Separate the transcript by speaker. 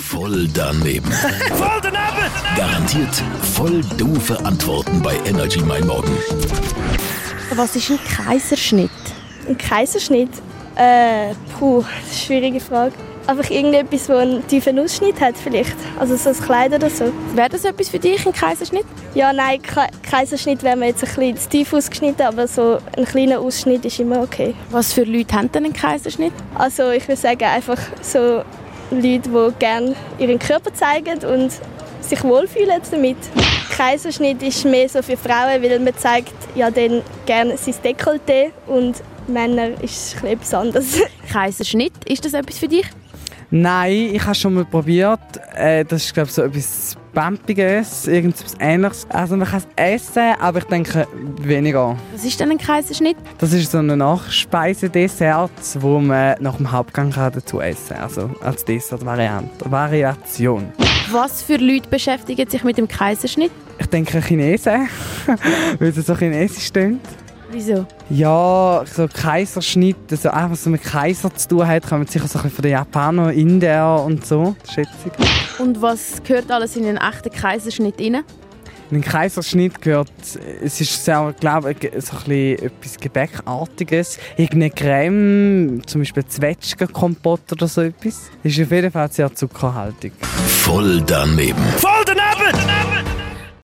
Speaker 1: Voll daneben.
Speaker 2: Voll daneben!
Speaker 1: Garantiert voll doofe Antworten bei Energy Mein Morgen.
Speaker 3: Was ist ein Kaiserschnitt?
Speaker 4: Ein Kaiserschnitt? Äh, puh, das ist eine schwierige Frage. Einfach irgendetwas, wo einen tiefen Ausschnitt hat vielleicht. Also so ein Kleid oder so.
Speaker 3: Wäre das etwas für dich, ein Kaiserschnitt?
Speaker 4: Ja, nein, Ke Kaiserschnitt wäre mir jetzt ein bisschen zu tief ausgeschnitten, aber so ein kleiner Ausschnitt ist immer okay.
Speaker 3: Was für Leute haben denn einen Kaiserschnitt?
Speaker 4: Also ich würde sagen, einfach so Leute, die gerne ihren Körper zeigen und sich wohlfühlen damit. Kaiserschnitt ist mehr so für Frauen, weil man zeigt ja dann gerne sein Dekolleté und Männer ist es ein bisschen etwas anderes.
Speaker 3: Kaiserschnitt, ist das etwas für dich?
Speaker 5: Nein, ich habe schon mal probiert. Äh, das ist, glaube ich, so etwas Bampiges, irgendetwas Ähnliches. Also man kann es essen, aber ich denke weniger.
Speaker 3: Was ist denn ein Kaiserschnitt?
Speaker 5: Das ist so ein Nachspeisedessert, wo man nach dem Hauptgang kann dazu essen kann. Also als Dessert-Variante. Variation.
Speaker 3: Was für Leute beschäftigen sich mit dem Kaiserschnitt?
Speaker 5: Ich denke Chinesen, weil es so chinesisch stimmt.
Speaker 3: Wieso?
Speaker 5: Ja, so Kaiserschnitt, also einfach was mit Kaiser zu tun hat, kommt sicher so ein bisschen von den Japanern, Inder und so, schätze ich.
Speaker 3: Und was gehört alles in einen echten Kaiserschnitt rein?
Speaker 5: In den Kaiserschnitt gehört, es ist selber, glaube ich, so ein bisschen etwas Gebäckartiges. Irgendeine Creme, zum Beispiel Zwetschgenkompott oder so etwas. Ist auf jeden Fall sehr zuckerhaltig.
Speaker 1: Voll daneben.
Speaker 2: Voll daneben!